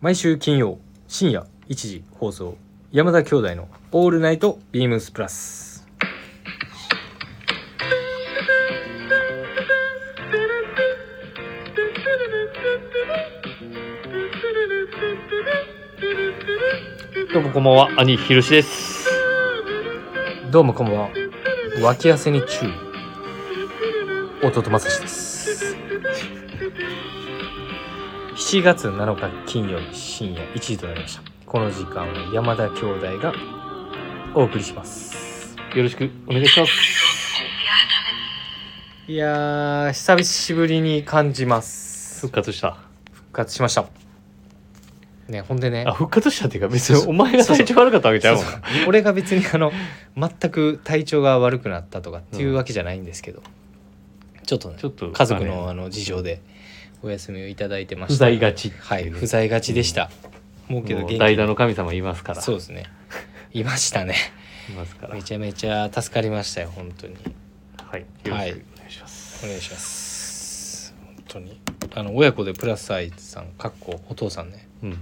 毎週金曜深夜1時放送山田兄弟の「オールナイトビームスプラス」どうもこんばんは、兄ひろしです。どうもこんばんは脇汗に注意弟正志です7月7日金曜日深夜1時となりましたこの時間は山田兄弟がお送りしますよろしくお願いします。いやー久しぶりに感じます復活した。復活しましたねほんでねあ、復活したっていうか、そ別うにそうお前が体調悪かったわけじゃんもんそうそう俺が別にあの全く体調が悪くなったとかっていうわけじゃないんですけど、ちょっとねちょっと家族あのれあの事情でお休みをいただいてま不した在がちってうね。はい不在がちでした、もうけども元う気代打の神様いますから。そうですねいましたねいますから。めちゃめちゃ助かりましたよ本当にはい。よろはいしくお願いします。お願いします本当にあの親子でプラスサイズさんかっこお父さんねうん。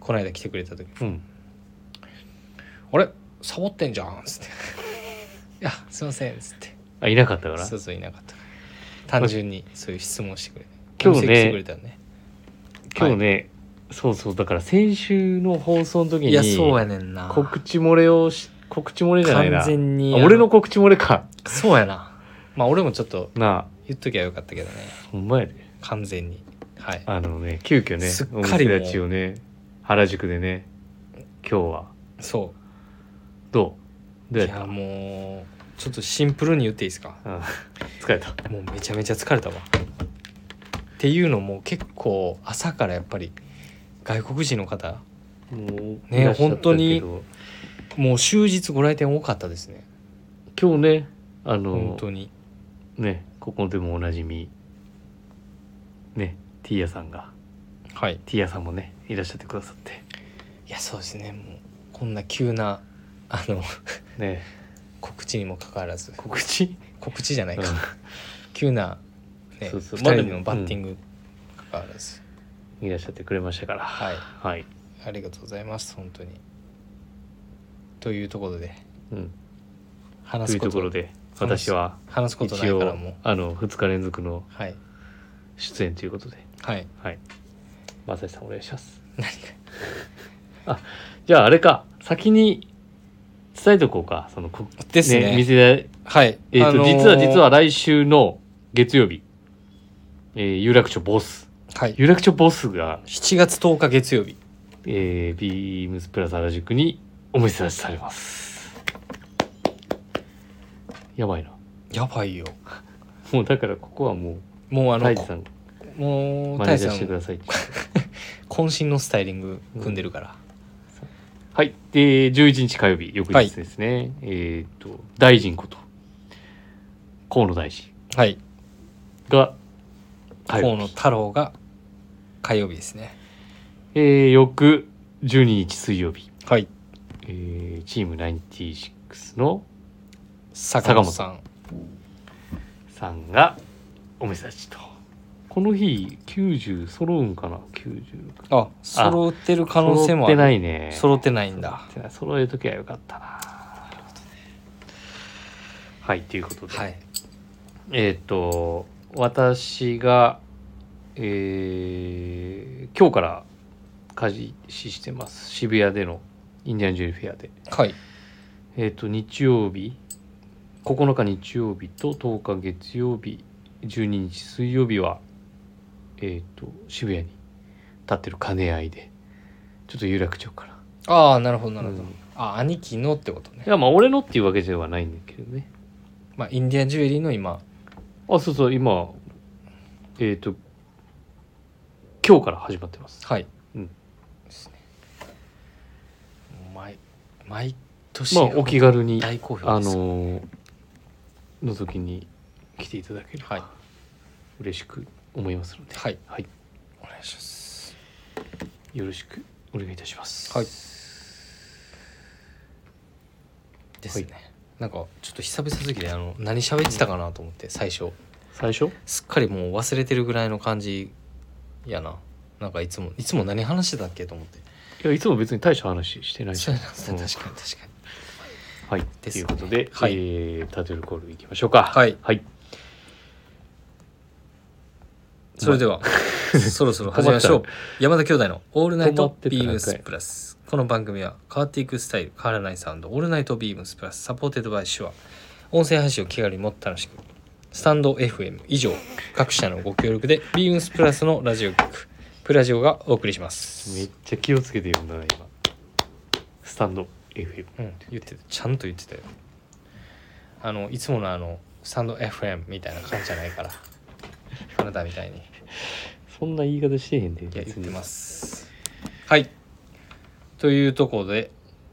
この間来てくれた時うん。 「あれサボってんじゃん」っ つって「いやすいません」っつってあ、いなかったからそ。うそういなかった単純にそういう質問してくれて今日ねお店来てくれたのね今日ね、そうそう、だから先週の放送の時に、いやそうやねんな告知漏れをし、告知漏れじゃないな。完全にあ俺の告知漏れか。そうやなまあ俺もちょっとなあ、言っときゃよかったけどねほんまやで。完全にはいあのね、急遽ね、すっおかりもう店立ちをね、原宿でね、今日は、そどううどういやったやもうちょっとシンプルに言っていいですかうん疲れた。もうめちゃめちゃ疲れたわっていうのも結構朝からやっぱり外国人の方もうねいらっしゃった本当にけどもう終日ご来店多かったですね今日ね、あ本の、当にね、ここでもおなじみ、ね、ティーヤさんが、はいティーヤさんもね、いらっしゃってくださって、いやそうですねもうこんな急なあの ね、告知にもかかわらず告知告知じゃないか、うん急な、ね、そうそう2まあで人ものバッティングかかわらず、いらっしゃってくれましたから、はいはい。ありがとうございます本当にというところでうん、と話いすうこところで、私は、話すことな一いから応もう、あの、2日連続のはい出演ということで、はいはい。まさしさんお願いします。何じゃああれか、先に伝えとこうか、そのこですね店で、はいえーとあのー実は実は来週の月曜日、えー有楽町ボス、はい有楽町ボスが、 7月10日月曜日えービームスプラス原宿にお店出しされます。やばいな。やばいよもうだからここはもう、もうあの大地さん、もうマネー大ジ地ャーさしてくんださいって。渾身のスタイリング組んでるから、はい。で、11日火曜日、翌日ですね。えっ、と、大臣こと、河野大臣はいが、火河曜日野太郎が火曜日ですねえー、翌12日水曜日、はいえー、チーム96の坂本さんさんがお目指しと。この日、90揃うんかな ?96。あ揃ってる可能性もあ揃ってるないね。揃ってないんだってない揃えときゃよかったな。はい、ということで。はいえっ、と私がえー今日から開始してます渋谷でのインディアンジュリーフェアではいえっ、と日曜日9日日曜日と10日月曜日12日水曜日はえっ、と渋谷に立ってる兼ね合いでちょっと有楽町からああなるほどなるほど、うんいあ兄貴のってことねやまあ俺のっていうわけではないんだけどねまあインディアンジュエリーの今あそうそう今えっ、と今日から始まってますはい、うんですね毎毎年、まあお気軽に大好評あですのーの時に来ていただけれはいば嬉しく思いますので、はいはい、お願いしますよろしくお願いいたします。はいですね、なんかちょっと久々すぎてあの何喋ってたかなと思って最初最初すっかりもう忘れてるぐらいの感じやななんかいつもいつも何話してたっけと思っていやいつも別に大した話してないじそゃうんなんですね確かに確かにはい、でとすいねうことで、はいえータイトルコールいきましょうかはいはい、 それでは そろそろ始めましょう山田兄弟の「オールナイトビームスプラス」この番組は変わっていくスタイル変わらないサウンド「オールナイトビームスプラス」サポーテッドバイシュア音声配信を気軽にもっと楽しくスタンド FM 以上各社のご協力でビームスプラスのラジオ局プラジオがお送りしまめっす、ちゃ気をつけて読んだな今スタンド FM うん、言ってたちゃんと言ってたよあのいつものあのスタンド FM みたいな感じじゃない からあなたみたいにそんな言い方してへんでいや言別っにてますはいというところで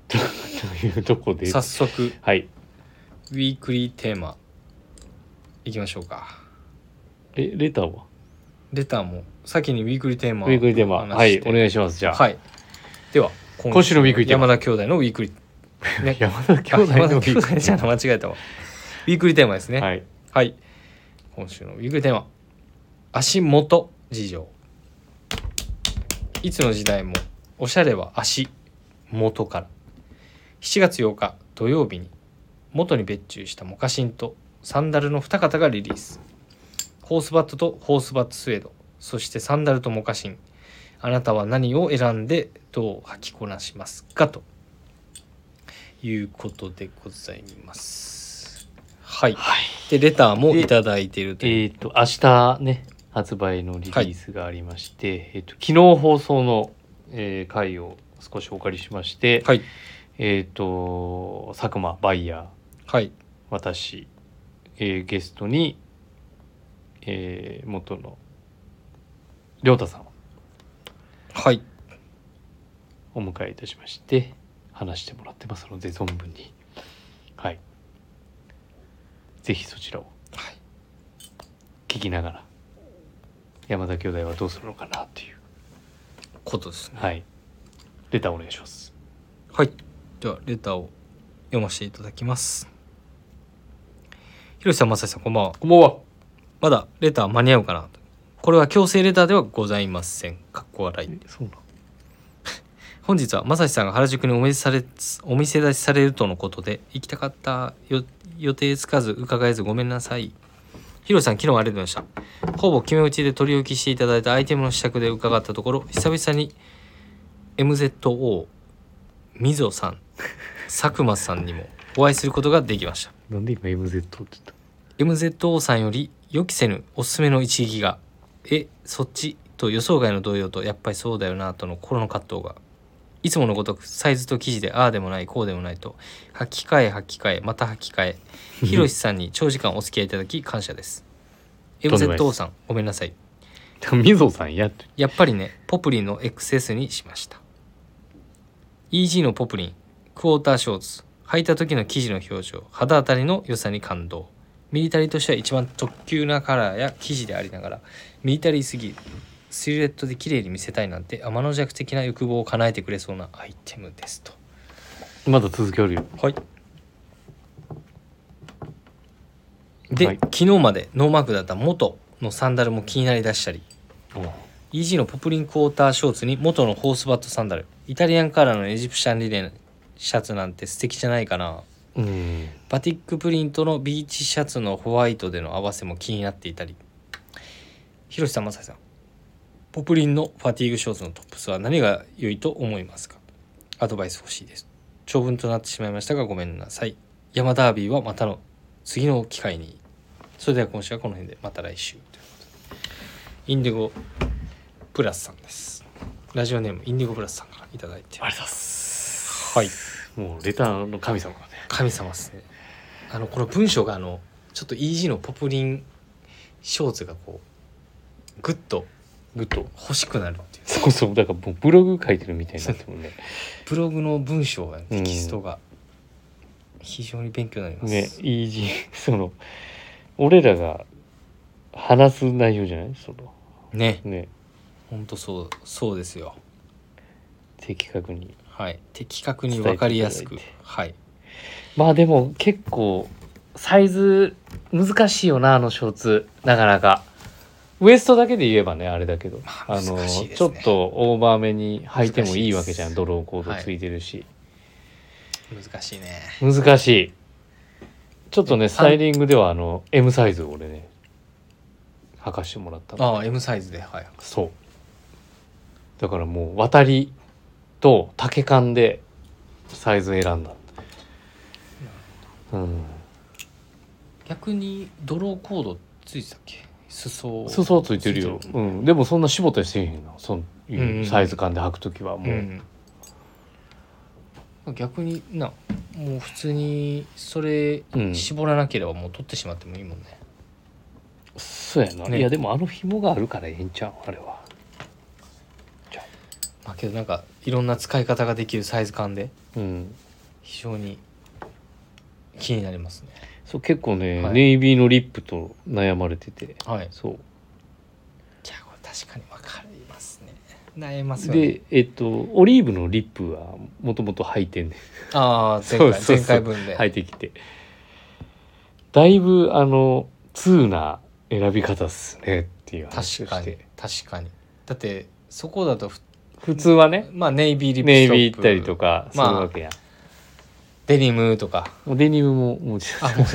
というとこで早速はいウィークリーテーマいきましょうかレレターはレターも先にウィークリーテーマウィークリーテーマ話はいしてお願いしますじゃあ、はいでは今今週のウィークリーテーマ、山田兄弟のウィークリー、ね 山田兄弟あの山田兄ウィーク弟リーじテゃーない間違えたわウィークリーテーマですねマはい、はい今週のウィークリーテーマ足元事情いつの時代もおしゃれは足元から7月8日土曜日に元に別注したモカシンとサンダルの2型がリリースホースバットとホースバットスウェードそしてサンダルとモカシンあなたは何を選んでどう履きこなしますかということでございますはいはいでレターもいただいているという、えっ、と明日ね発売のリリースがありまして、えー、と昨日放送の、えー回を少しお借りしまして、はいえっ、と佐久間バイヤーはい私、えーゲストに、えー元の亮太さんをはいお迎えいたしまして話してもらってますので存分にはいぜひそちらをはい聞きながら山田兄弟はどうするのかなっていうことですねはいレターお願いしますはい。では、レターを読ませていただきます。ひろしさん、まさしさん、こんばんは。こんばんはまだレター間に合うかなこれは強制レターではございません。かっこ笑い。そうな本日は正志さんが原宿にお見せされお見せ出しされるとのことで行きたかったよ予定つかず伺えずごめんなさいひろしさん昨日はありがとうございましたほぼ決め打ちで取り置きしていただいたアイテムの試着で伺ったところ久々に MZO みぞさん佐久間さんにもお会いすることができましたなんで今 MZ って言った MZO さんより予期せぬおすすめの1ギガえそっちと予想外の動揺とやっぱりそうだよなとの心の葛藤がいつものごとくサイズと生地でああでもないこうでもないと履き替え履き替えまた履き替えひろしさんに長時間お付き合いいただき感謝ですとんでもないです MZO さんごめんなさい みぞさんやってやっぱりねポプリンの XS にしました EG のポプリンクォーターショーツ履いた時の生地の表情肌当たりの良さに感動ミリタリーとしては一番特急なカラーや生地でありながらミリタリーすぎシルエットで綺麗に見せたいなんて天の弱的な欲望を叶えてくれそうなアイテムですとまだ続きあるよはいで、はい昨日までノーマークだった元のサンダルも気になりだしたり EG のポプリンクォーターショーツに元のホースバットサンダルイタリアンカラーのエジプシャンリレーシャツなんて素敵じゃないかなうんバティックプリントのビーチシャツのホワイトでの合わせも気になっていたりひろしさんまさしさんポプリンのファティーグショーツのトップスは何が良いと思いますかアドバイス欲しいです長文となってしまいましたがごめんなさい山ダービーはまたの次の機会にそれでは今週はこの辺でまた来週ということでインディゴプラスさんですラジオネームインディゴプラスさんからいただいてありがとうございますはいもうレターの神様がね神様ですねあのこの文章があのちょっと EG のポプリンショーツがこうグッとグッと欲しくなるっていうそうそうだからもうブログ書いてるみたいになってもんねブログの文章がテキストが非常に勉強になります、ねイージーその俺らが話す内容じゃないそのねねほんとそうそうですよ的確にはい的確に分かりやす伝くえていたはいまあでも結構サイズ難しいよなあのショーツなかなかウエストだけで言えばねあれだけど、ああの難しいですねちょっとオーバーめに履いてもいいわけじゃ難しいでんすドローコードついてるし、難しいね難しいちょっとねえスタイリングではあの M サイズを俺ね履かしてもらったのああ M サイズではいそうだからもう渡りと竹感でサイズ選んだうん逆にドローコードついてたっけ裾裾ついてるよ、ついてうん、でもそんな絞ったりせえへんのそのいうサイズ感で履く時はもう、うん逆になもう普通にそれうん絞らなければもう取ってしまってもいいもんね、そうやな、ねいやでもあの紐があるからええんちゃうあれはまあけどなんかいろんな使い方ができるサイズ感でうん非常に気になりますねそう結構ね、はいネイビーのリップと悩まれててはいそうじゃあこれ確かに分かりますね悩みますよねでえっとオリーブのリップはもともと履いてんねああ前そう回そうそ前う回分で、履いてきてだいぶあの通な選び方っすねっていう話確をかしにて確かにだってそこだとふ普通はねまあネイビーリップネイストビーッ行プったりとかするまあわけやん、デニムとかもうデニムももちろあんもう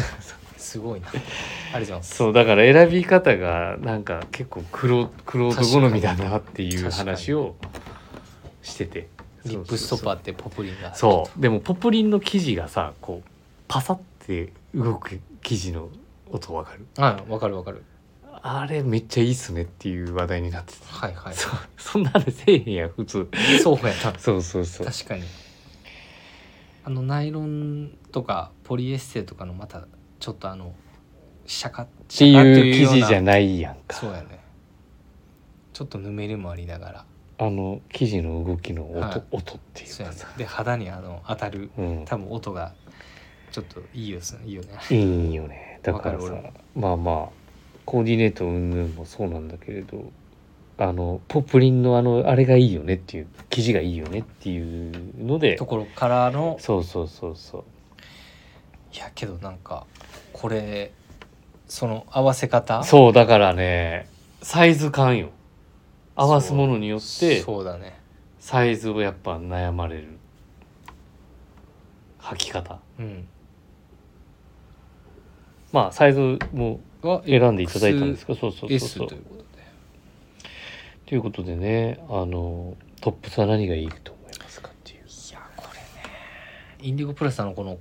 すごいなありがとうございますそうだから選び方がなんか結構黒黒と好みだなっていう確かに話をしててリップストッパーーってポプリンがそうでもポプリンの生地がさこうパサって動く生地の音わかるうはいわかるわかるあれめっちゃいいっすねっていう話題になってた、はいはいそうそんなのせえへんやん普通そうやなそうそうそう確かにあのナイロンとかポリエステルとかのまたちょっとあのシャカっていう生地じゃなないやんかそうやねちょっとぬめりもありながらあの生地の動きの音,、はい音っていうそうやかねさで肌にあの当たるうん多分音がちょっといいよすいいよねいいよねだからわさかる俺まあまあコーディネート云々もそうなんだけれどあのポプリンのあのあれがいいよねっていう生地がいいよねっていうのでところからのそうそうそうそういやけどなんかこれその合わせ方そうだからねサイズ感よ合わすものによってそうだねサイズをやっぱ悩まれる履き方うんまあサイズもは選んでいただいたんですかそうそうそう S そうということでということでねあのトップスは何がいいと思いますかっていういやこれねインディゴプラスさんのこの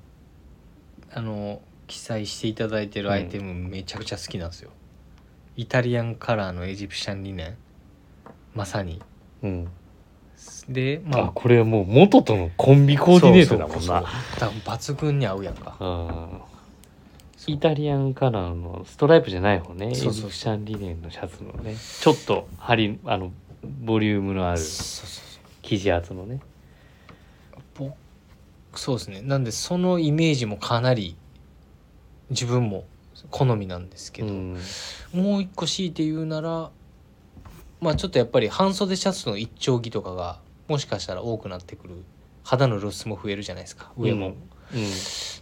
あの記載していただいてるアイテムめちゃくちゃ好きなんですよ、イタリアンカラーのエジプシャンリネンまさにうんでまあ、あこれはもう元とのコンビコーディネートだもんそうそうなそうだから抜群に合うやんかうんイタリアンカラーのストライプじゃない方ねそうそうそうエジプシャンリネンのシャツのねちょっと張りあのボリュームのあるそうそうそう生地厚のね僕そうですねなんでそのイメージもかなり自分も好みなんですけうど、んもう一個強いて言うならまあちょっとやっぱり半袖シャツの一丁着とかがもしかしたら多くなってくる肌の露出も増えるじゃないですか上も、うん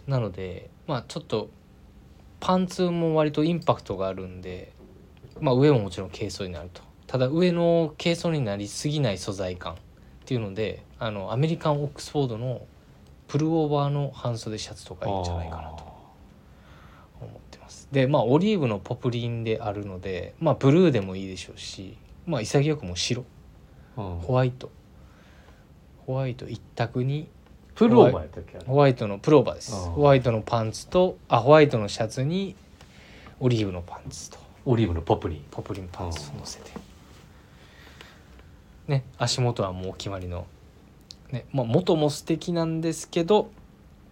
なのでまあちょっとパンツも割とインパクトがあるんでまあ上ももちろん軽装になるとただ上の軽装になりすぎない素材感っていうのであのアメリカンオックスフォードのプルオーバーの半袖シャツとかいいんじゃないかなと思ってますでまあオリーブのポプリンであるのでまあブルーでもいいでしょうしまあ潔くもう白あーうんホワイトホワイト一択にプルオーバーやったっけあれホワイトのプローバーですあーホワイトのパンツとあホワイトのシャツにオリーブのパンツとオリーブのポプリンポプリンパンツを乗せてね足元はもうお決まりのねまあ元も素敵なんですけど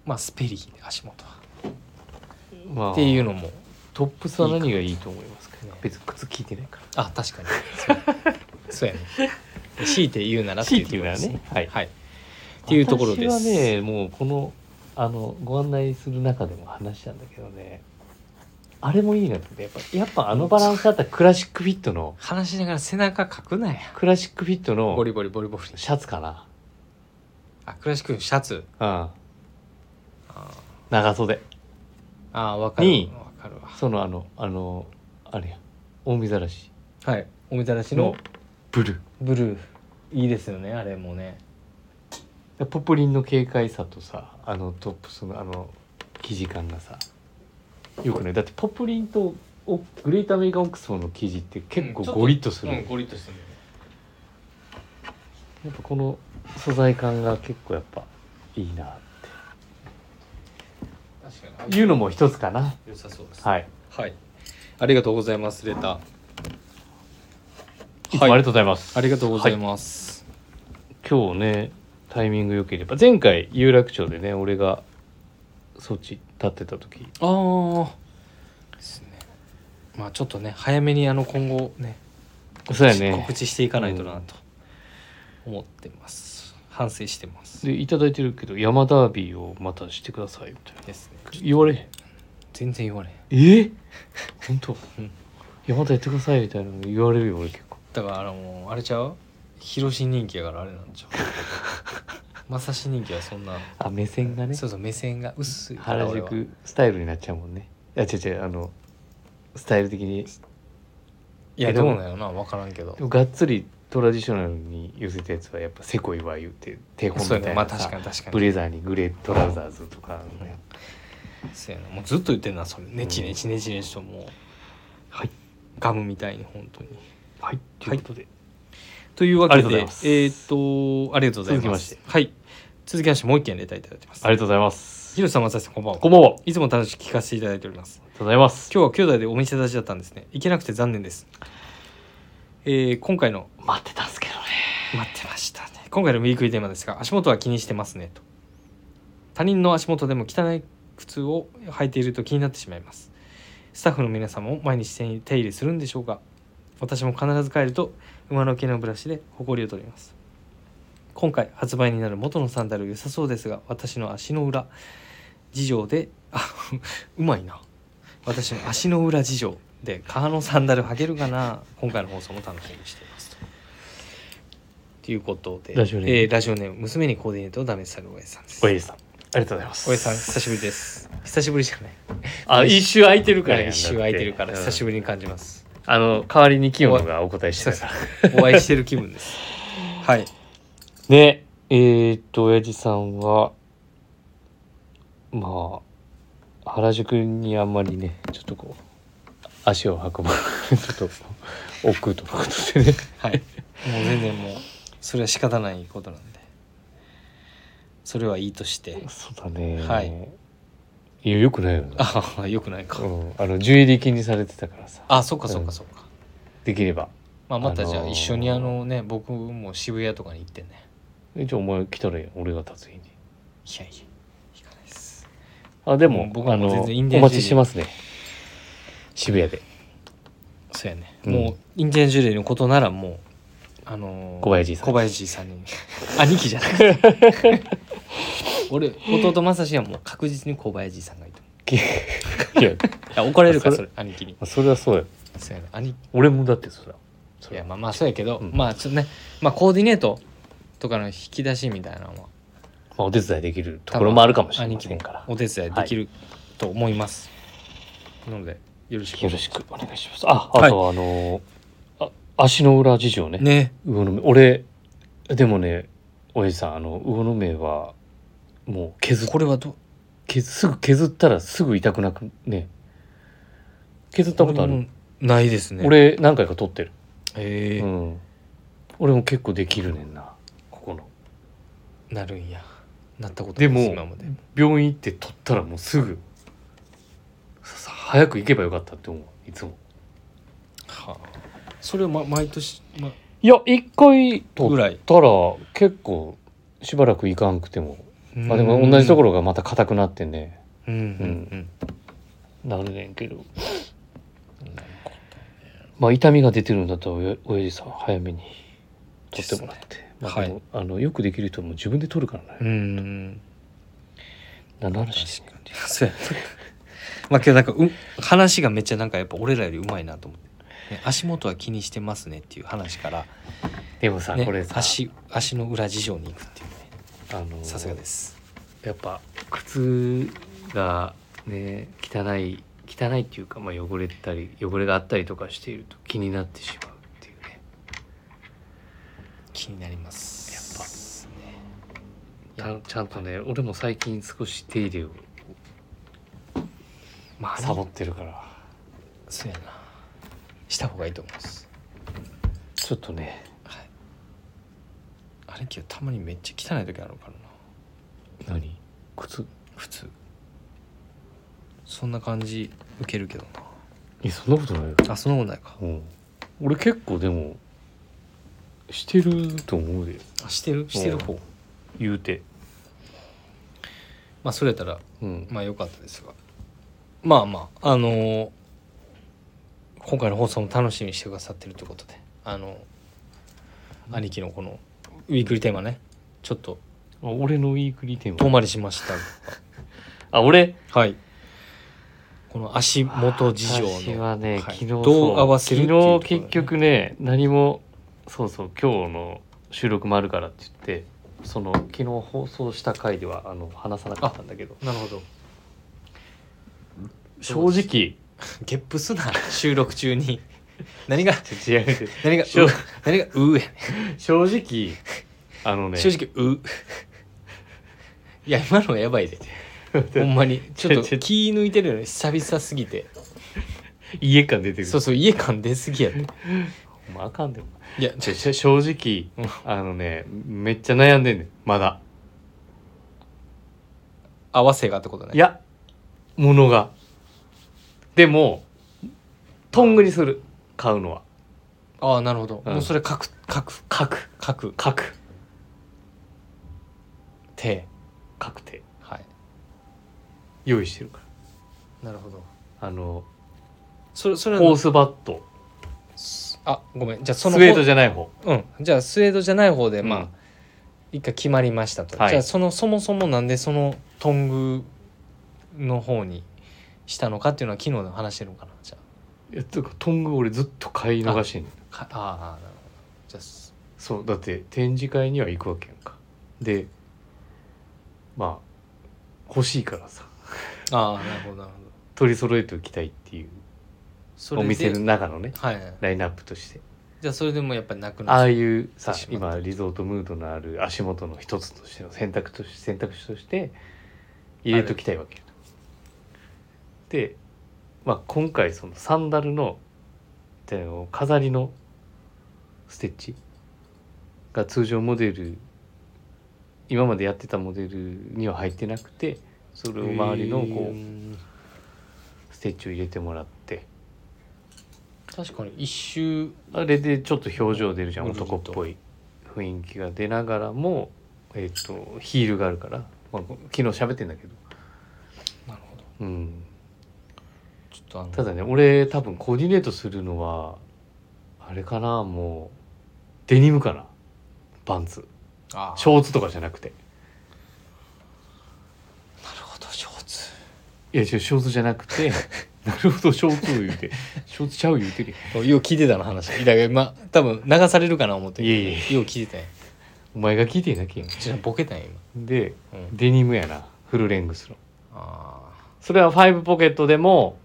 まあスペリーで足元はまあっていうのもトップスは何がいいと思いますかいいかも別に靴聞いてないかあ確かにそうやそうやね強いて言うなららって強いいうてとこ言ろですうならねはいはいっていうところです私はねもうこのあのご案内する中でも話したんだけどねあれもいいなと思ってやっぱやっぱあのバランスだったらクラシックフィットの話しながら背中かくなやクラシックフィットボリのボリボリボリシャツかあクラシックシャツな、うん、あ長袖ーあーわかるにわかるわそのあのあのあれや大見ざらしはいおみたらしのブルブルーいいですよねあれもねーポプリンの軽快さとさあのトップスのあの生地感がさよくないだってポプリンとおグレートアメリカンオックスフォードの生地って結構うんちょっとゴリッとする、やゴリッとしてるっぱこの素材感が結構やっぱいいなって確いうのも一つかな良さそうですはいはいありがとうございますレターいつもありがとうございます、ありがとうございはます、今日ねタイミング良ければ前回有楽町でね俺がそっち立ってた時ああですねまあちょっとね早めにあの今後ねそうやね告知していかないとなと思ってます、反省してますでいただいてるけど山ダービーをまたしてくださいみたいなですね言われへん全然言われへんえ本当うん山田やってくださいみたいなの言われるよ俺結構だからあのもうあれちゃう広し人気やからあれなん ちゃうまさし人気はそんな、あ目線がねそうそう目線が薄いから原俺は宿スタイルになっちゃうもんねいや違う違うあのスタイル的にいやどうなんやろな分からんけどでもがっつりトラディショナルに寄せたやつはやっぱセコいわ言うて手本みそうやたねいまあなさ確かに確かブにレザーにグレートラウザーズとか、ねそうやなもうずっと言ってんなそれねちねちねちねちともうはいガムみたいに本当にはいということで、というわけありがとうごでざいますえっ、とありがとうございます続きましてはい続きましてもう一件レターいただいてますありがとうございますヒロさん松井さんこんばんはこんばんはありいつも楽しく聞かせていただいておりますがとうございます今日は兄弟でお店立ちだったんですね行けなくて残念です、えー今回の待ってたんすけどね待ってましたね今回のミリクリテーマですが足元は気にしてますねと他人の足元でも汚い靴を履いていると気になってしまいますスタッフの皆さんも毎日手入れするんでしょうか私も必ず帰ると馬の毛のブラシでホコリを取ります今回発売になる元のサンダル良さそうですが私の足の裏事情であ うまいな私の足の裏事情で革のサンダル履けるかな今回の放送も楽しみにしていますとということでラジオネームえーラジオネーム娘にコーディネートをダメされるおやじさんですおやじさんありがとうございますおやじさん久しぶりです久しぶりじゃないあ一周空いてるから一周空いてるから久しぶりに感じますりあの代わりに清野がお答えしてたからお会いしてる気分です はいねえー、っと親父さんはまあ原宿にあんまりねちょっとこう足を運ぶ ちょっと置くとのことでねはいもう全然もうそれは仕方ないことなんでそれはいいとしてそうだねはいいやよくないよねああよくないか、うん、あのジュエリー禁にされてたからさあそっかそっかそっか、できればまあ、またじゃああのー一緒にあのね僕も渋谷とかに行ってね一応お前来たらいいよ俺が立つ日にいやいや行かないですあでも僕あはもうの全然インディおアンジュエリー待ちしてますね渋谷でそうやね、うんもうインディアンジュエリーのことならもうあのー小林さん小林さん に兄貴じゃなくて俺弟正志はもう確実に小林さんがいていやいや怒られるからそそれれ兄貴にそれはそうやそうやね兄俺もだってそうだそいれやはまあまあそうやけど、うんまあちょっとねまあコーディネートとかの引き出しみたいなのはまあ、お手伝いできると多分ころもあるかもしれ兄ま貴せんからお手伝いできると思います、なのでよろしくよろしくお願いしますああと、あのーあ足の裏事情ねね魚の目俺でもね親父さんあの魚の目はもう削っこれはど削すぐ削ったらすぐ痛くなくね削ったことある、俺もないですね俺何回か取ってる、ええうん、俺も結構できるねんなここのなるんやなったことでないもです今まで病院行って取ったらもうすぐささ早く行けばよかったって思ういつもはあそれを、ま、毎年、ま、いや一回取ぐっらいたら結構しばらく行かんくてもまあでもうん同じところがまた硬くなってねうんうんなるねんけどまあ痛みが出てるんだったらおや親父さん早めに取ってもらって、まあでも、はあのよくできる人はもう自分で取るからねうん、うんうん何の話してんのそうやね まあ今日なんかう話がめっちゃなんかやっぱ俺らよりうまいなと思って、ね足元は気にしてますねっていう話から、でもさ、ね、これさ足足の裏事情に行くっていうねあのさすがですやっぱ靴がね汚い汚いっていうか、まあ、汚れたり汚れがあったりとかしていると気になってしまう気になりますたちゃんとね俺も最近少し手入れをやっぱまあサボってるからそうやなした方がいいと思いますちょっとねはいあれけどたまにめっちゃ汚い時あるからな何靴普通そんな感じ受けるけどえそんなことないよ、なあそんなことないかうん、俺結構でもしてると思うであしてるしてる方言うてまあそれやったらうんまあ良かったですがまあまああのー今回の放送も楽しみにしてくださってるということであの兄貴のこのウィークリーテーマねちょっとあ俺のウィークリーテ遠ーマ回りしましたあ俺が はいこの足元事情の私はね、はい昨日どう合わせるっていうところ昨ね日結局ね何もそうそう今日の収録もあるからって言ってその昨日放送した回ではあの話さなかったんだけどなるほど正直ゲップすな収録中に 何がちょっと違うね何がうしょ何がうやね正直あのんね正直ういや今のはやばいでほんまにちょっと気抜いてるよね久々すぎて 家感出てくるそうそう家感出すぎやってお前あかんでもいやちちょょちょ正うん直あのねめっちゃ悩んでんねんまだ合わせがってことねいやものがでもとんぐにする買うのはああなるほど、うんもうそれ書く書く書く書く書く手確定はい用意してるかなるほどらあのそれそれホーはスバットあごめんじゃあスそウのェードじゃない方うんじゃあスウェードじゃない方で、うんまあ一回決まりましたと、はいじゃあそのそもそもなんでそのトングの方にしたのかっていうのは昨日の話してるのかなじゃいやてかトング俺ずっと買い逃してんねんあかああなるほどじゃあすそうだって展示会には行くわけやんかでまあ欲しいからさああなるほどなるほど取り揃えておきたいっていうそれおで店の中のねはいはいラインナップとしてじゃあそれでもやっぱりなくあなあっいうさしてしまった今リゾートムードのある足元の一つとしての選択として選択肢として入れときたいわけよで、まあ、今回そのサンダルのであの飾りのステッチが通常モデル今までやってたモデルには入ってなくてそれを周りのこうステッチを入れてもらって確かに一周あれでちょっと表情出るじゃぐんるりと男っぽい雰囲気が出ながらも、えっとヒールがあるから、まあ、昨日喋ってんだけど、なるほどうん、ちょっとあのただね俺多分コーディネートするのはあれかなもうデニムかなパンツああショーツとかじゃなくてなるほどショーツいや違うショーツじゃな くてなるほどショーツを言うてショーツちゃう言うてるやんおよう聞いてたの話だからまあ多分流されるかな思っていえいえよう聞いてたんやお前が聞いてんだけやうちらボケたんやんで今、うん、デニムやなフルレングスのあそれはファイブポケットでも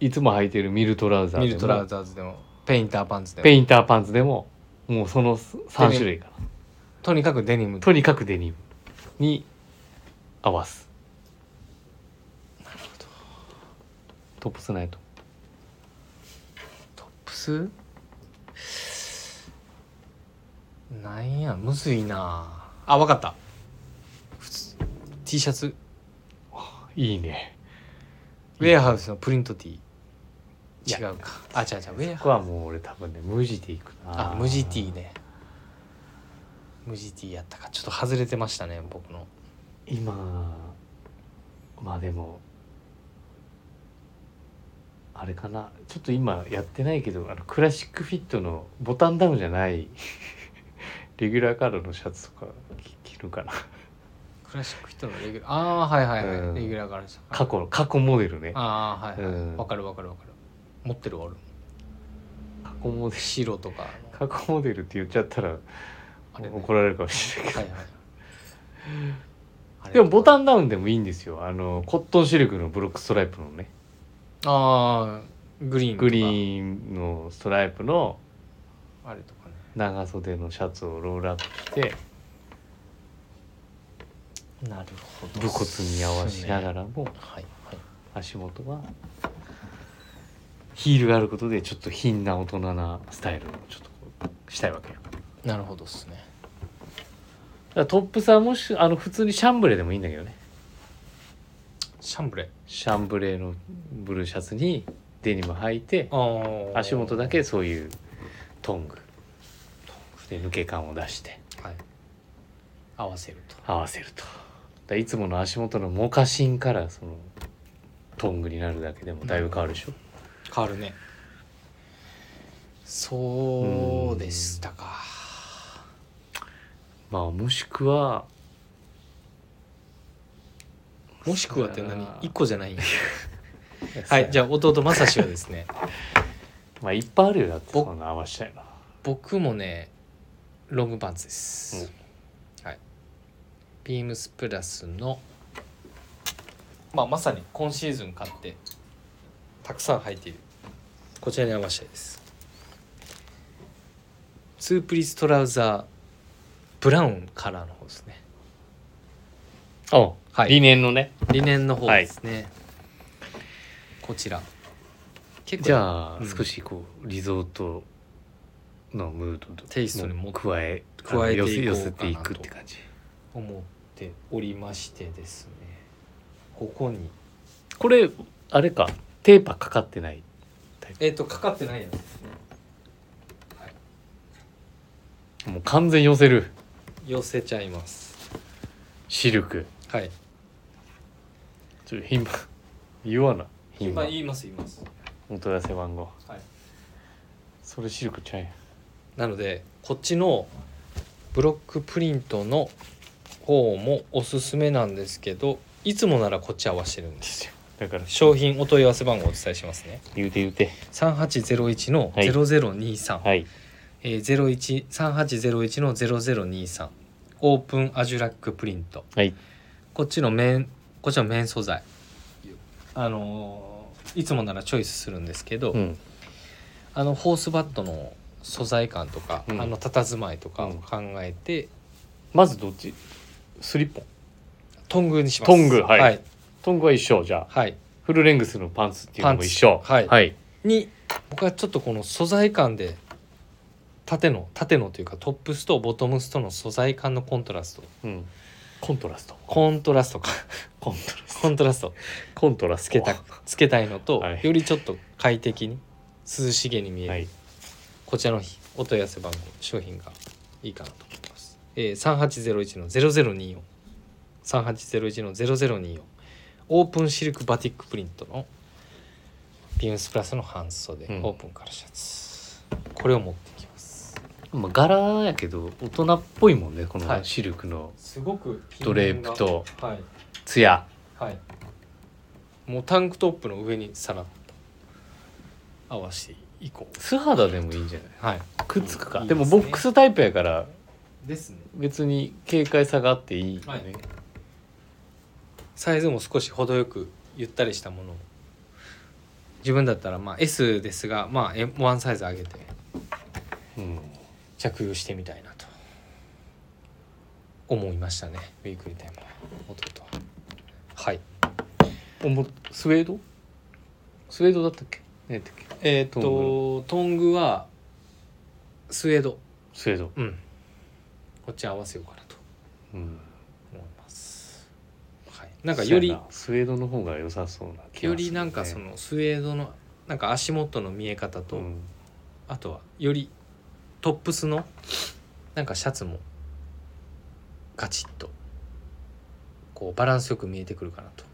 いつも履いてるミルトラウザあーミでルもトラウザーズでもペインターパンツでペもインターパンツでももうその3種類かなとにかくデニムとにかくデニムに合わすトップスないとトップスなんやむずいなあわかった普通 T シャツいいねウェアハウスのプリント T いや違うかあ違う違うウェアここはもう俺多分ね無地でいくなあ無地 T ね無地 T やったかちょっと外れてましたね僕の今まあでもあれかなちょっと今やってないけどあのクラシックフィットのボタンダウンじゃない レギュラーカラーのシャツとか着着るかなクラシックヒットのレギュラーああはいはいはい、うんレギュラーからした過去の過去モデルね過ああはいはいわ、うんかるわかるわかる持ってるわ俺も去モデル白とかあの過去モデルって言っちゃったらあれね怒られるかもしれないけはいはいあどれでもボタンダウンでもいいんですよあのコットンシルクのブロックストライプのねああグリーンとかグリーンのストライプのあれとかね長袖のシャツをロールアップしてなるほど武骨に合わしながららもはいはい足元はヒールがあることでちょっと貧な大人なスタイルをちょっとこうしたいわけよだかなるほどですねらトップスはもしあの普通にシャンブレーでもいいんだけどねシャンブレシャンブレーのブルーシャツにデニム履いてあ足元だけそういうトングで抜け感を出してはい合わせると合わせるとだからいつもの足元のモカシンからそのトングになるだけでもだいぶ変わるでしょ、変わるねそうでしたかまあもしくはもしくはって何一個じゃないんやはいじゃゃあ弟正志はですねまあいっぱいあるよだって僕そんな合わせたいな僕もねロングパンツです、はいビームスプラスのまあまさに今シーズン買ってたくさん履いているこちらに合わせたいですツープリストラウザーブラウンカラーの方ですねおは理い念のねリネンの方ですね、こちら結構じゃあ、うん少しこうリゾートのムードとテイストにも加え加えていこうあの寄せ寄かなせとていくって感じ思っておりましてですねここにこれあれかテーパーかかってないえっ、とかかってないやつですねもう完全寄せる寄せちゃいますシルクはいちょっと品番言わな品今番言います言います元痩せ番号はいそれシルクちゃんやなのでこっちのブロックプリントの方もおすすめなんですけどいつもならこっち合わせてるんですだから商品お問い合わせ番号をお伝えしますね言うて言うて3801のはい0023、はいえー、013801の0023オープンアジュラックプリントはいこっちの面こっちの面素材あのーいつもならチョイスするんですけど、うんあのホースバットの素材感とか、うんあの佇まいとかを考えて、まずどっちスリッポントングにしますトングはいはい、トングは一緒じゃあはいフルレングスのパンツっていうのも一パ緒ンツはいはい、に僕はちょっとこの素材感で縦の縦のというかトップスとボトムスとの素材感のコントラストうん、コントラストコントラストかコントラ スコントラストコントラスつトけたつけたいのと、はいよりちょっと快適に涼しげに見える、はいこちらのお問い合わせ番号商品がいいかなと思います、えー、3801-0024 3801-0024オープンシルクバティックプリントのビームスプラスの半袖、うんオープンカラーシャツこれを持ってきますまあ、柄やけど大人っぽいもんねこはいのシルクのすごくドレープとはいツヤ、はいもうタンクトップの上にさらっと合わせていこ素肌でもいいんじゃないうはいくっつくかいいでですもねボックスタイプやからですね別に軽快さがあっていいよね、はいサイズも少し程よくゆったりしたものを自分だったらまあ S ですがまあ M- ワンサイズ上げてうん、着用してみたいなと思いましたねウィークリータイムの弟ははいおもスウェードスウェードだったっけ何やったっけえーっとトングはスウェードスウェード、うんこっち合わせようかなとうん、思いますはいなんかよそうりやなスウェードの方が良さそうな気がよするねりなんかそのスウェードのなんか足元の見え方と、うんあとはよりトップスのなんかシャツもガチッとこうバランスよく見えてくるかなと思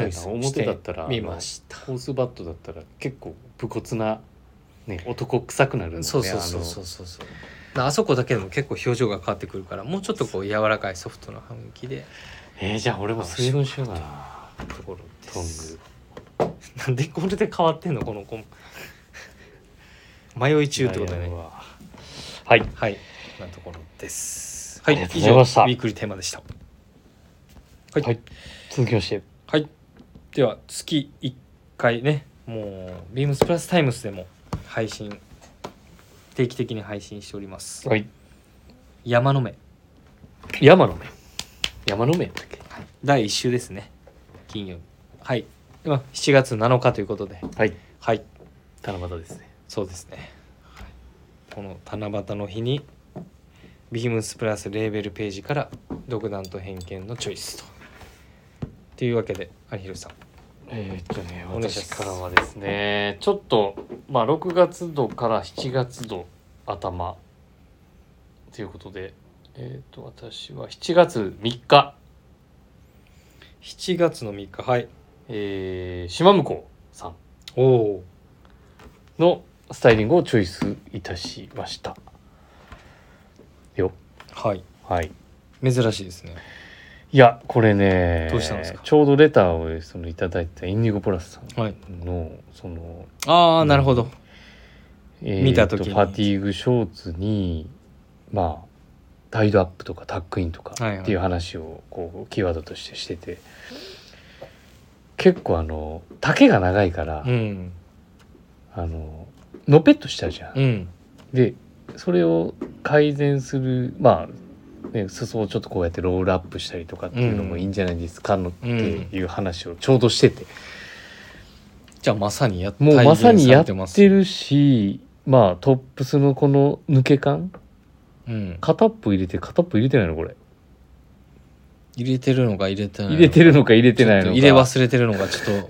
ってそうやな表だったら見ましたホースバットだったら結構武骨な、ね、男臭くなるんだねそうそうそうそうそうそうなあそこだけでも結構表情が変わってくるからもうちょっとこう柔らかいソフトな雰囲気であのえー、じゃあ俺もスウェードにしようかなところでトンすグなんでこれで変わってんのこの子迷い中ってことだダイねヤモンドははいはい、なところです。はい、ありがとう以ござ上、いウましたィークリーテーマでした。はい、ははいい、続きましてでは月1回ね、もうビームスプラスタイムスでも配信定期的に配信しておりますはい山の目山の目山の目やったっけ第1週ですね金曜日はいまあ7月7日ということではいはい七夕ですねそうですね、この七夕の日にビームスプラスレーベルページから独断と偏見のチョイスとっていうわけで有弘さんえーっとねお願いしま私すからはですねちょっとまあ6月度から7月度頭ということでえーっと私は7月3日7月の3日はいえー、島向こうさんおおのスタイリングをチョイスいたしましたよはいはい珍しいですねいやこれねどうしたんですかちょうどレターをそのいただいたインディゴプラスさはいんのその、ああうんなるほど、えー見た時にファティーグショーツにまあタイドアップとかタックインとかはいはいっていう話をこうキーワードとしてしてて結構あの丈が長いから、うんあののぺっとしたじゃんうんでそれを改善するまあ、ね、裾をちょっとこうやってロールアップしたりとかっていうのもいいんじゃないですかのっていう話をちょうどしてて、じゃあまさにやっもうまさにやっ体現さてるしまあトップスのこの抜けれて感ますうん、片っぽ入れて片っぽ入れてないのこれ入れてるのか入れてないの入かれてるのか入れてないちょのっとか入れ忘れてるのがちょっ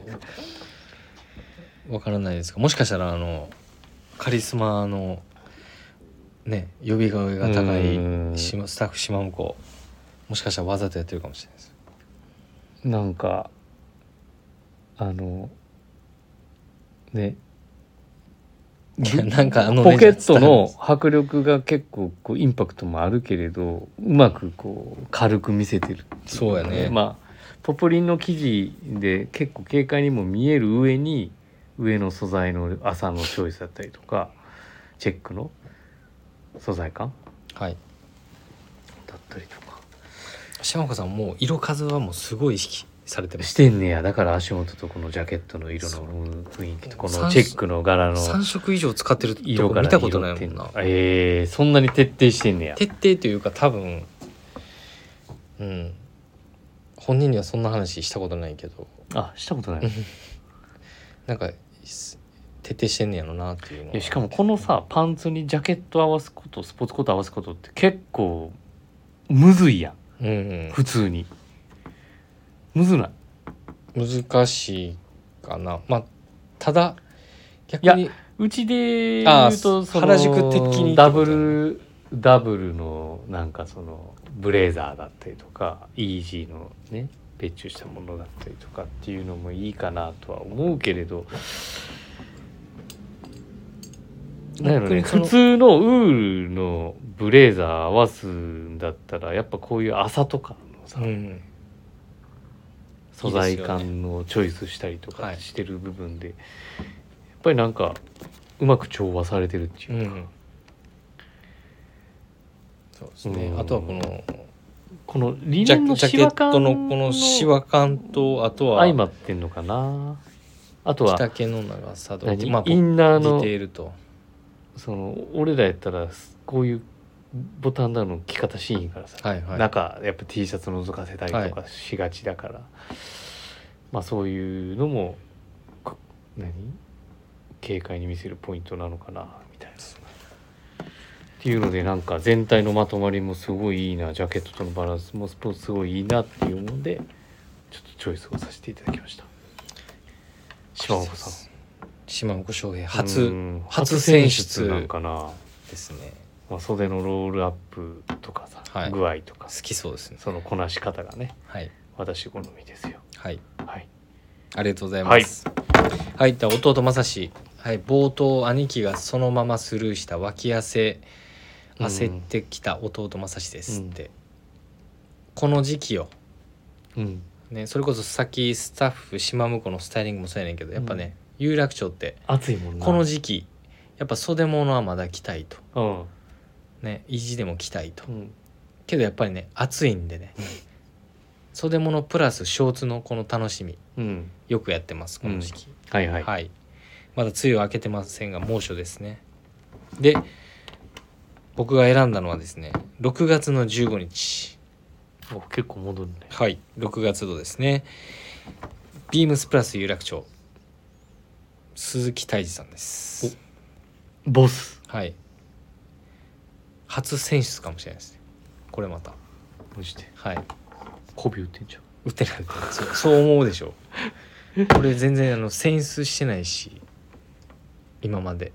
とわからないですがもしかしたらあのカリスマのね呼び声が高いうんしスタッフ島向こうもしかしたらわざとやってるかもしれないですなんかあのねいや なんかあのねポケットの迫力が結構こうインパクトもあるけれどうまくこう軽く見せてるっていそうやねまあポポリンの生地で結構軽快にも見える上に上の素材の朝のチョイスだったりとかチェックの素材感はいだったりとか島向こうさんもう色数はもうすごい意識されてますしてんねやだから足元とこのジャケットの色の雰囲気とこのチェックの柄の3色以上使ってると色こから見た拾ってこんとのないもんなえー、そんなに徹底してんねや徹底というか多分うん本人にはそんな話したことないけどあしたことないなんかす徹底してんねやろなっていうのいやしかももこのさパンツにジャケット合わすことスポーツコート合わすことって結構むずいやんうん、普通にむずないうん、難しいかなまあただ逆にうちであ言ーうとその原宿的にってことねダブルダブルのなんかそのブレザーだったりとかイージーのね別注したものだったりとかっていうのもいいかなとは思うけれどなんやろね、逆に普その通のウールのブレザー合わすんだったらやっぱこういう麻とかのさ、うん素材感のチョイスしたりとはかいしてる部分でやっぱりなんかうまく調和されてるっていうう、んそうですねうんあとはこのこのジリネンャのジャシケワッ感トのこのシワ感とあとは相まってんのかなあと着は丈の長さと何まあイディンナーのテールとその俺らやったらこういうボタンダウンの着方シーンからさ、はいはい中やっぱ T シャツ覗かせたりとかしがちだから、まあそういうのもこ何軽快に見せるポイントなのかなみたいな。っていうのでなんか全体のまとまりもすごいいいなジャケットとのバランスもスポーツすごいいいなっていうのでちょっとチョイスをさせていただきました。島岡さん島岡翔平う初ん初選初出なんかな、ですねまあ、袖のロールアップとかさ、はい具合とか好きそうですねそのこなし方がねはい私好みですよはいはいありがとうございます。はい、では弟正志、はい、冒頭兄貴がそのままスルーした脇汗焦ってきた弟正志ですって、この時期を、うんね、それこそさっきスタッフ島婿のスタイリングもそうやねんけどやっぱね、有楽町って暑いもんなこの時期やっぱ袖物はまだ着たいと、うん、ね、意地でも着たいとうん、けどやっぱりね暑いんでねうん袖物プラスショーツのこの楽しみうんよくやってますこの時期。はいはい、はい、まだ梅雨は明けてませんが猛暑ですねで僕が選んだのはですね6月の15日お結構戻るねはい6月度ですねビームスプラス有楽町鈴木泰治さんですボスはい初選出かもしれないですねこれまたマジではいコビ打ってんじゃん打ってないそうそう思うでしょこれ全然あの選出してないし今まで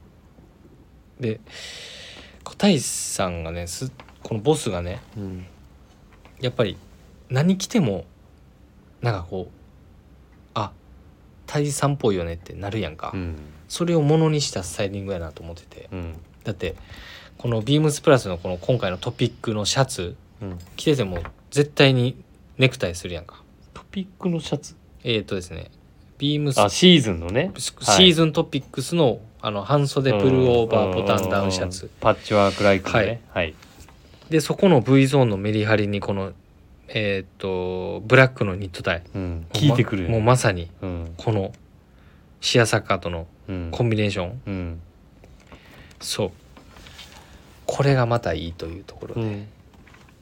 で小太さんがねすこのボスがねうんやっぱり何着てもなんかこうあ太さんっぽいよねってなるやんか、うんそれをものにしたスタイリングやなと思っててうんだってこのビームスプラスのこの今回のトピックのシャツうん着てても絶対にネクタイするやんかトピックのシャツえっ、ー、とですねビームスあシーズンのねシはいシーズントピックスの,、あの半袖プルオーバーボタンダウンシャうツんパッチワークライクのねはいでそこの V ゾーンのメリハリにこのえっ、とブラックのニットタイうん聞いてくるよねもうまさにうんこのシアサッカーとのうんコンビネーション、うんそうこれがまたいいというところで、うん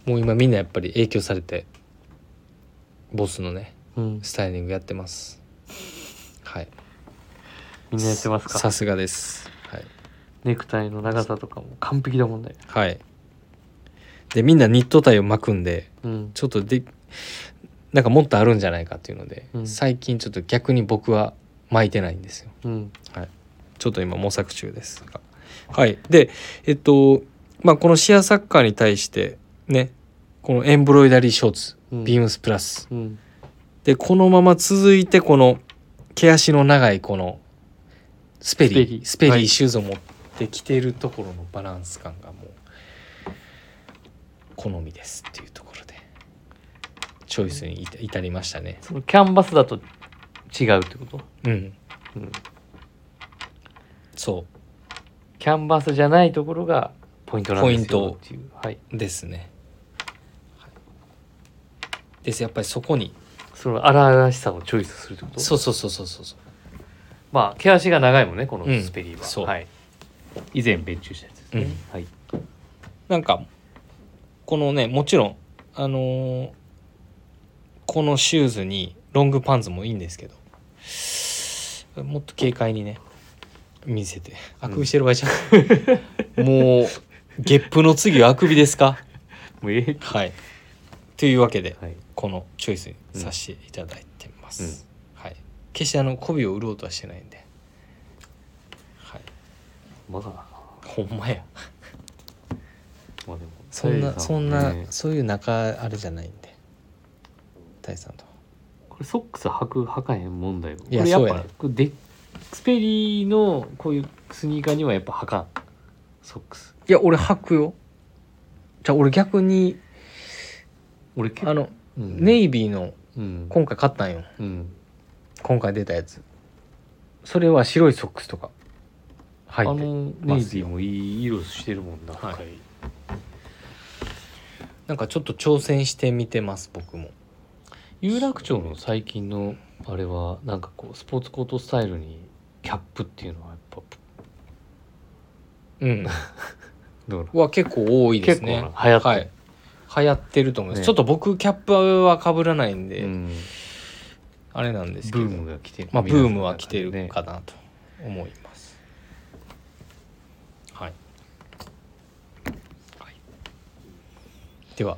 もう今みんなやっぱり影響されてボスのねうんスタイリングやってますはいみんなやってますかさすがですはい、ネクタイの長さとかも完璧だもんねはい、でみんなニットタイを巻くんでうんちょっとでなんかもっとあるんじゃないかっていうので、うん最近ちょっと逆に僕は巻いてないんですようんちょっと今模索中ですが。はい。で、えっと、まあ、このシアサッカーに対して、ね、このエンブロイダリーショーツ、うんビームスプラス。うんで、このまま続いて、この、毛足の長いこの、スペリー、ススペペリーリーはいシューズを持ってきてるところのバランス感がもう、好みですっていうところで、チョイスに至至りましたね。そのキャンバスだと違うってことうん。うんそキャンバスじゃないところがポイントなんですポインよトっていうはい、うですね。はいです。やっぱりそこにその荒々しさをチョイスするってことそうそうそうそうそうそうまあ毛足が長いもんねこのうんスペリーは、そうはい、以前別注したやつですね、うんはい、なんかこのねもちろんあのーこのシューズにロングパンツもいいんですけどもっと軽快にね見せてあくびしてる場合じゃない、もうゲップの次はあくびですかもうええはいというわけではい、このチョイスにさせていただいてます、はい決してあの媚びを売ろうとはしてないんではいまだなほんまやまあでもそんな、タイさそもんねなそういう仲あれじゃないんで大さんとこれソックス履く履かへん問題こいれややっそうやぱねこれでスペリーのこういうスニーカーにはやっぱ履かんソックスいや俺履くよじゃあ俺逆に俺結あ構の、うんネイビーのうん今回買ったんようん今回出たやつそれは白いソックスとかあ履いてのネイビーもいい色してるもんな、はい深いなんかちょっと挑戦してみてます僕も有楽町の最近のあれはなんかこうスポーツコートスタイルにキャップっていうのはやっぱ うんどうなは結構多いですね結構な流行ってるはい、流行ってると思います、ねちょっと僕キャップは被らないんで、うんあれなんですけどブームが来てる、まあ、ブームは来てねるかなと思います。はい、はい、では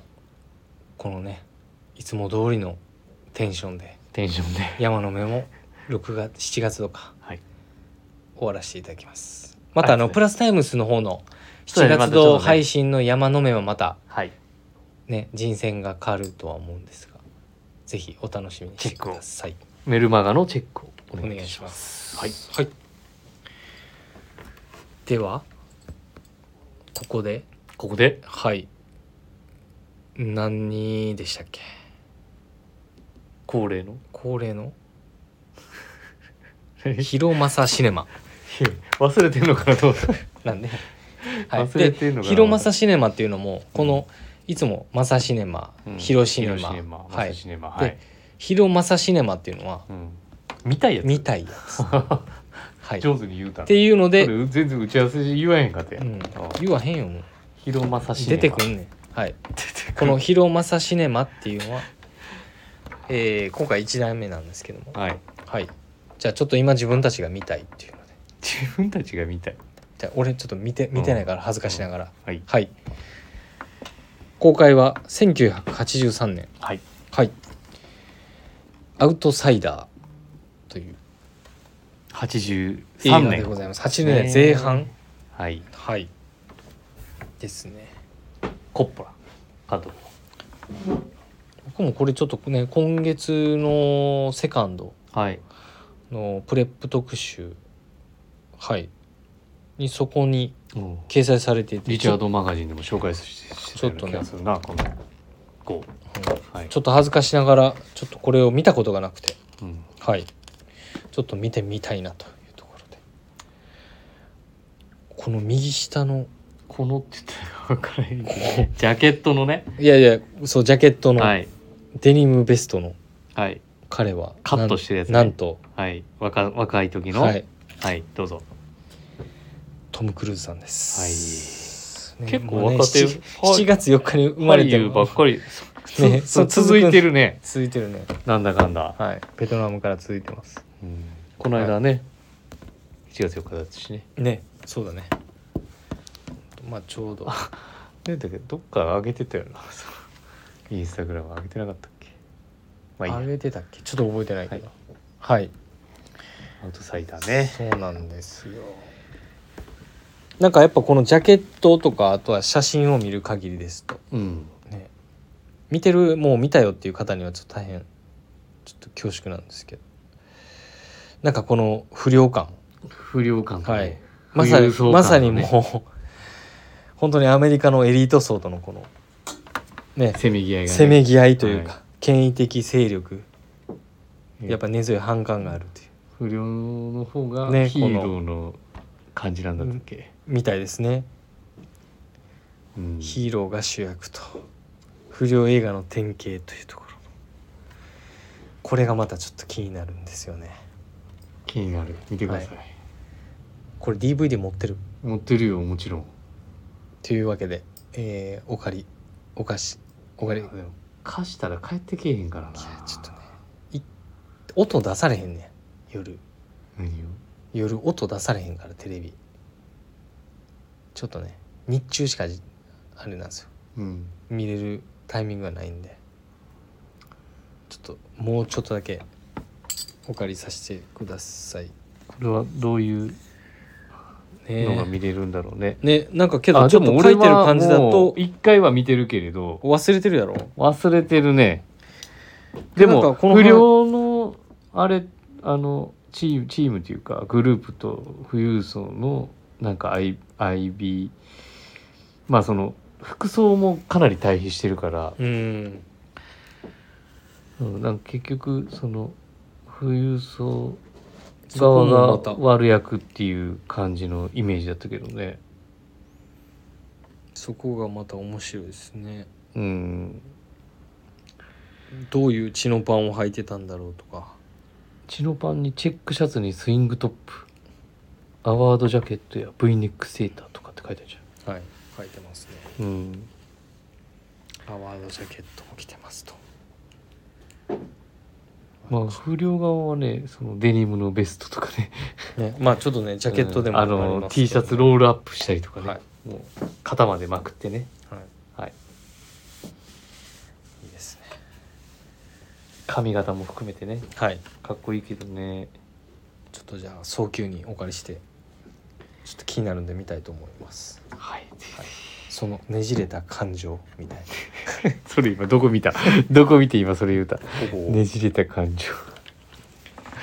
このねいつも通りのテンションでテンションで山の目も6月7月とかはい終わらせていただきます。またあの、はいプラスタイムスの方のそう7だねま月たちょっ度とね配信の山の目はまたはいね人選が変わるとは思うんですがぜひお楽しみにしてください。メルマガのチェックをおお願願いいししまますす。はい、はい、ではここでここではい何でしたっけ恒例の恒例 の「ひろまさシネマ忘れてんのかなと思った」なんで、はい、忘れてんのかなひろまさシネマっていうのもこの、いつも「まさシネマ」うんヒロシネマ」ヒロシネマはマサいシネマではい「ひろまさシネマ」っていうのはうん見たいやつ見たいや つ、はい、っ上手に言うたなていうので、これ全然打ち合わせで言わへんかったやうんああ、言わへんよもう広正シネ出マてくんねんはいこの「広正シネマ」っていうのは、えー今回1題目なんですけどもはいはいじゃあちょっと今自分たちが見たいっていうので自分たちが見たいじゃあ俺ちょっと見て見てないから恥ずかしながら、はいはい公開は1983年はいはい「アウトサイダー」という映83画でご年ざいます8年前半はいはいですねコッポラ監督僕もこれちょっとね今月のセカンドはいのプレップ特集はいにそこにもう掲載されていてリチャーちょ,、ドマガジンでも紹介してしてたような気がするな、このこうんうはいちょっと恥ずかしながらちょっとこれを見たことがなくてうんはいちょっと見てみたいなというところでこの右下のこのって言ったら分からへん けどジャケットのねいやいやそうジャケットの、はいデニムベストのはい彼はカットしてるやつねなんなんと、はい若若い時のはい、はい、どうぞトム・クルーズさんです。はいね結構もうね若手7はい7月4日に生まれ俳て優ばもっかり、ね そそう続いてるね続いてるね。なんだかんだ、はい。ベトナムから続いてます。うんこの間ね、1月4日だったしねね、そうだね。まあちょうどねだけどどっか上げてたよな そうインスタグラム上げてなかったっけまあいいあやれ出たっけ、ちょっと覚えてないけど。はい。アウトサイダーねそうなんですよ。なんかやっぱこのジャケットとかあとは写真を見る限りですとうんね見てるもう見たよっていう方にはちょっと大変ちょっと恐縮なんですけどなんかこの不良感不良感がねはいまさに、富裕層感まさにのねもう本当にアメリカのエリート層とのこのねせめぎ合いが、ね、せめぎ合いというか、は権威的勢力やっぱ根強い反感があるという不良の方がねヒーローの感じなんだったっけ、みたいですね、うんヒーローが主役と不良映画の典型というところこれがまたちょっと気になるんですよね気になる見てください、これ DVD 持ってる持ってるよもちろんというわけで、えーお借りお貸しおあ借でりも貸したら帰ってけえへんからないやちょっとね音出されへんねん夜何を夜音出されへんからテレビちょっとね日中しかじあれなんですようん見れるタイミングがないんでちょっともうちょっとだけお借りさせてくださいこれはどういうのがね見れるんだろうね、ねなんかけあどちでょっもと書俺いてるは感じだもとう一回は見てるけれど忘れてるやろ忘れてるねでなんもかこの不良のあれあのチームチームというかグループと富裕層のなんか I- IB まあその服装もかなり対比してるから、うんうんなんか結局その富裕層そこも側まがた悪役っていう感じのイメージだったけどねそこがまた面白いですねうんどういう血のパンを履いてたんだろうとかチノパンにチェックシャツにスイングトップアワードジャケットや V ネックセーターとかって書いてあるじゃんはい書いてますねうん、アワードジャケットも着てますとまあ不良側はねそのデニムのベストとかねね、まあちょっとねジャケットでもありますけどの T シャツロールアップしたりとかね、はいもう肩までまくってねはいはいいいですね髪型も含めてねはいかっこいいけどねちょっとじゃあ早急にお借りしてちょっと気になるんで見たいと思いますはい、 そのねじれた感情みたいそれ今どこ見た どこ見て今それ言うたなほぼねねじれた感情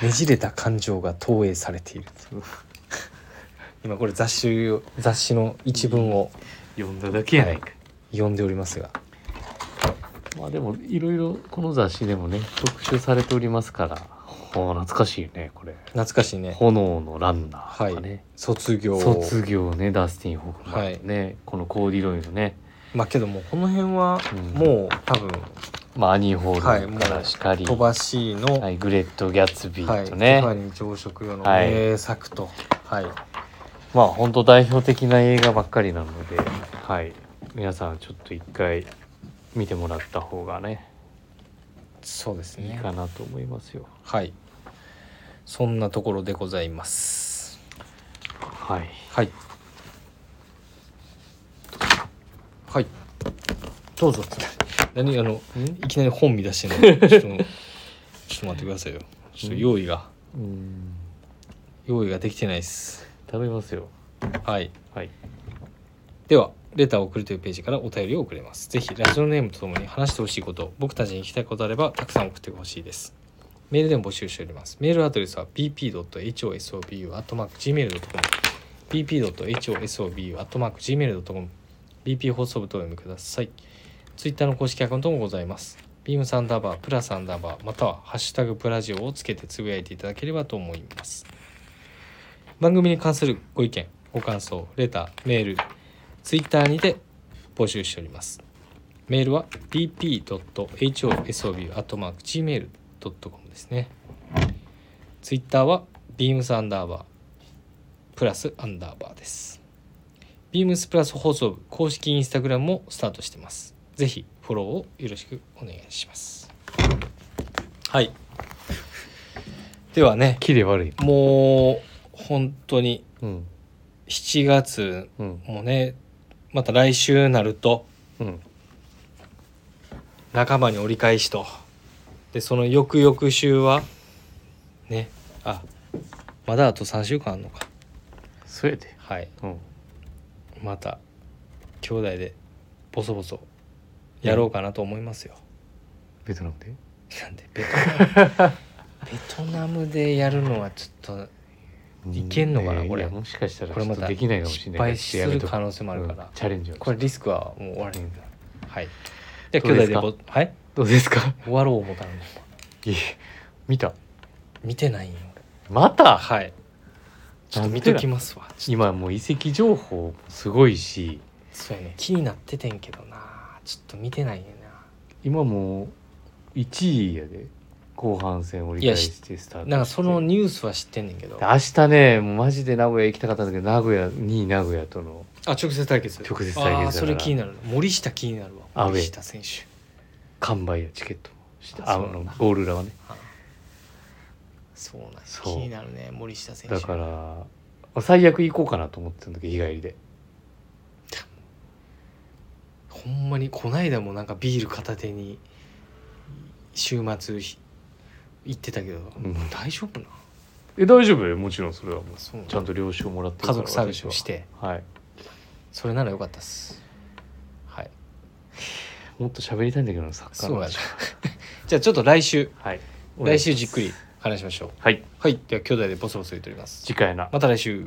じれた感情が投影されているそう今これ雑誌を雑誌の一文を読んだだけやないか読んでおりますがまあでもいろいろこの雑誌でもね特集されておりますからほう懐かしいねこれ懐かしいね炎のランナーとかね、卒業卒業ねダスティン・ホークマンとね、このコーディロイのねまあけどもうこの辺はうんもう多分まあ、アニー・ホはーいルもうからしかり、飛はばしの、いグレット・ギャツビはい、ーテとね、ィファニー朝食用のはい名作と、はい、まあ本当代表的な映画ばっかりなので、はい、皆さんちょっと一回見てもらった方がねそうですいいねかなと思いますよはいそんなところでございますはいはいはいどうぞ何あのいきなり本見出してんのちょっとちょっと待ってくださいよちょっと用意がうん用意ができてないです食べますよはいはいではレターを送るというページからお便りを送れますぜひラジオネームとともに話してほしいこと僕たちに聞きたいことあればたくさん送ってほしいですメールでも募集しておりますメールアドレスは bp.hosobu.gmail.com bp.hosobu.gmail.com bp 放送部とお読みくださいツイッターの公式アカウントもございますビームサンダーバープラサンダーバーまたはハッシュタグプラジオをつけてつぶやいていただければと思います番組に関するご意見ご感想レターメールツイッターにて募集しております。メールは bp.hosobu.gmail.com ですね。ツイッターは beams アンダーバープラスアンダーバーです。beams プラス放送部公式インスタグラムもスタートしてます。ぜひフォローをよろしくお願いします。はい。ではね、キレ悪いもう本当にうん7月うんもうねまた来週になるとうん仲間に折り返しとでその翌々週はねあまだあと3週間あんのかそうやではいうんまた兄弟でボソボソやろうかなと思いますよ、ベトナムでなんでベトナムベ トナムでやるのはちょっいけんのかなうんこれいやもしかしたらこれちょまったとできないかもしれないから失敗する可能性もあるからうんチャレンジをとこれリスクはもう終わり、うんはいじゃあど兄うで弟すでかボはいどうですか終わろう思ったのにいえ見た見てないんよまたはいちょっと見ときますわ今もう遺跡情報すごいしそうやね気になっててんけどなちょっと見てないんや今もう1位やで後半戦折り返してスターなトなんかそのしてニュースは知ってんねんけどあ明日ねもうマジで名古屋行きたかったんだけど名古屋2位名古屋との直接対決直接対決だからあーそれ気になる森下気になるわアウェー森下選手完売やチケットもしてああそうのゴール裏はねそうなんやそう気になるね森下選手だから最悪行こうかなと思ってたんだけど日帰りでほんまにこないだもなんかビール片手に週末ひ行ってたけど、ん大丈夫なえ大丈夫よもちろんそれはもうそうなんちゃんと了承もらって家るから族サービスをし私てははいそれならよかったっすはいもっと喋りたいんだけどなサッカーそうのやな話じゃあちょっと来週はい来週じっくり話しましょうはいはいでは兄弟でボソボソ言っております次回なまた来週。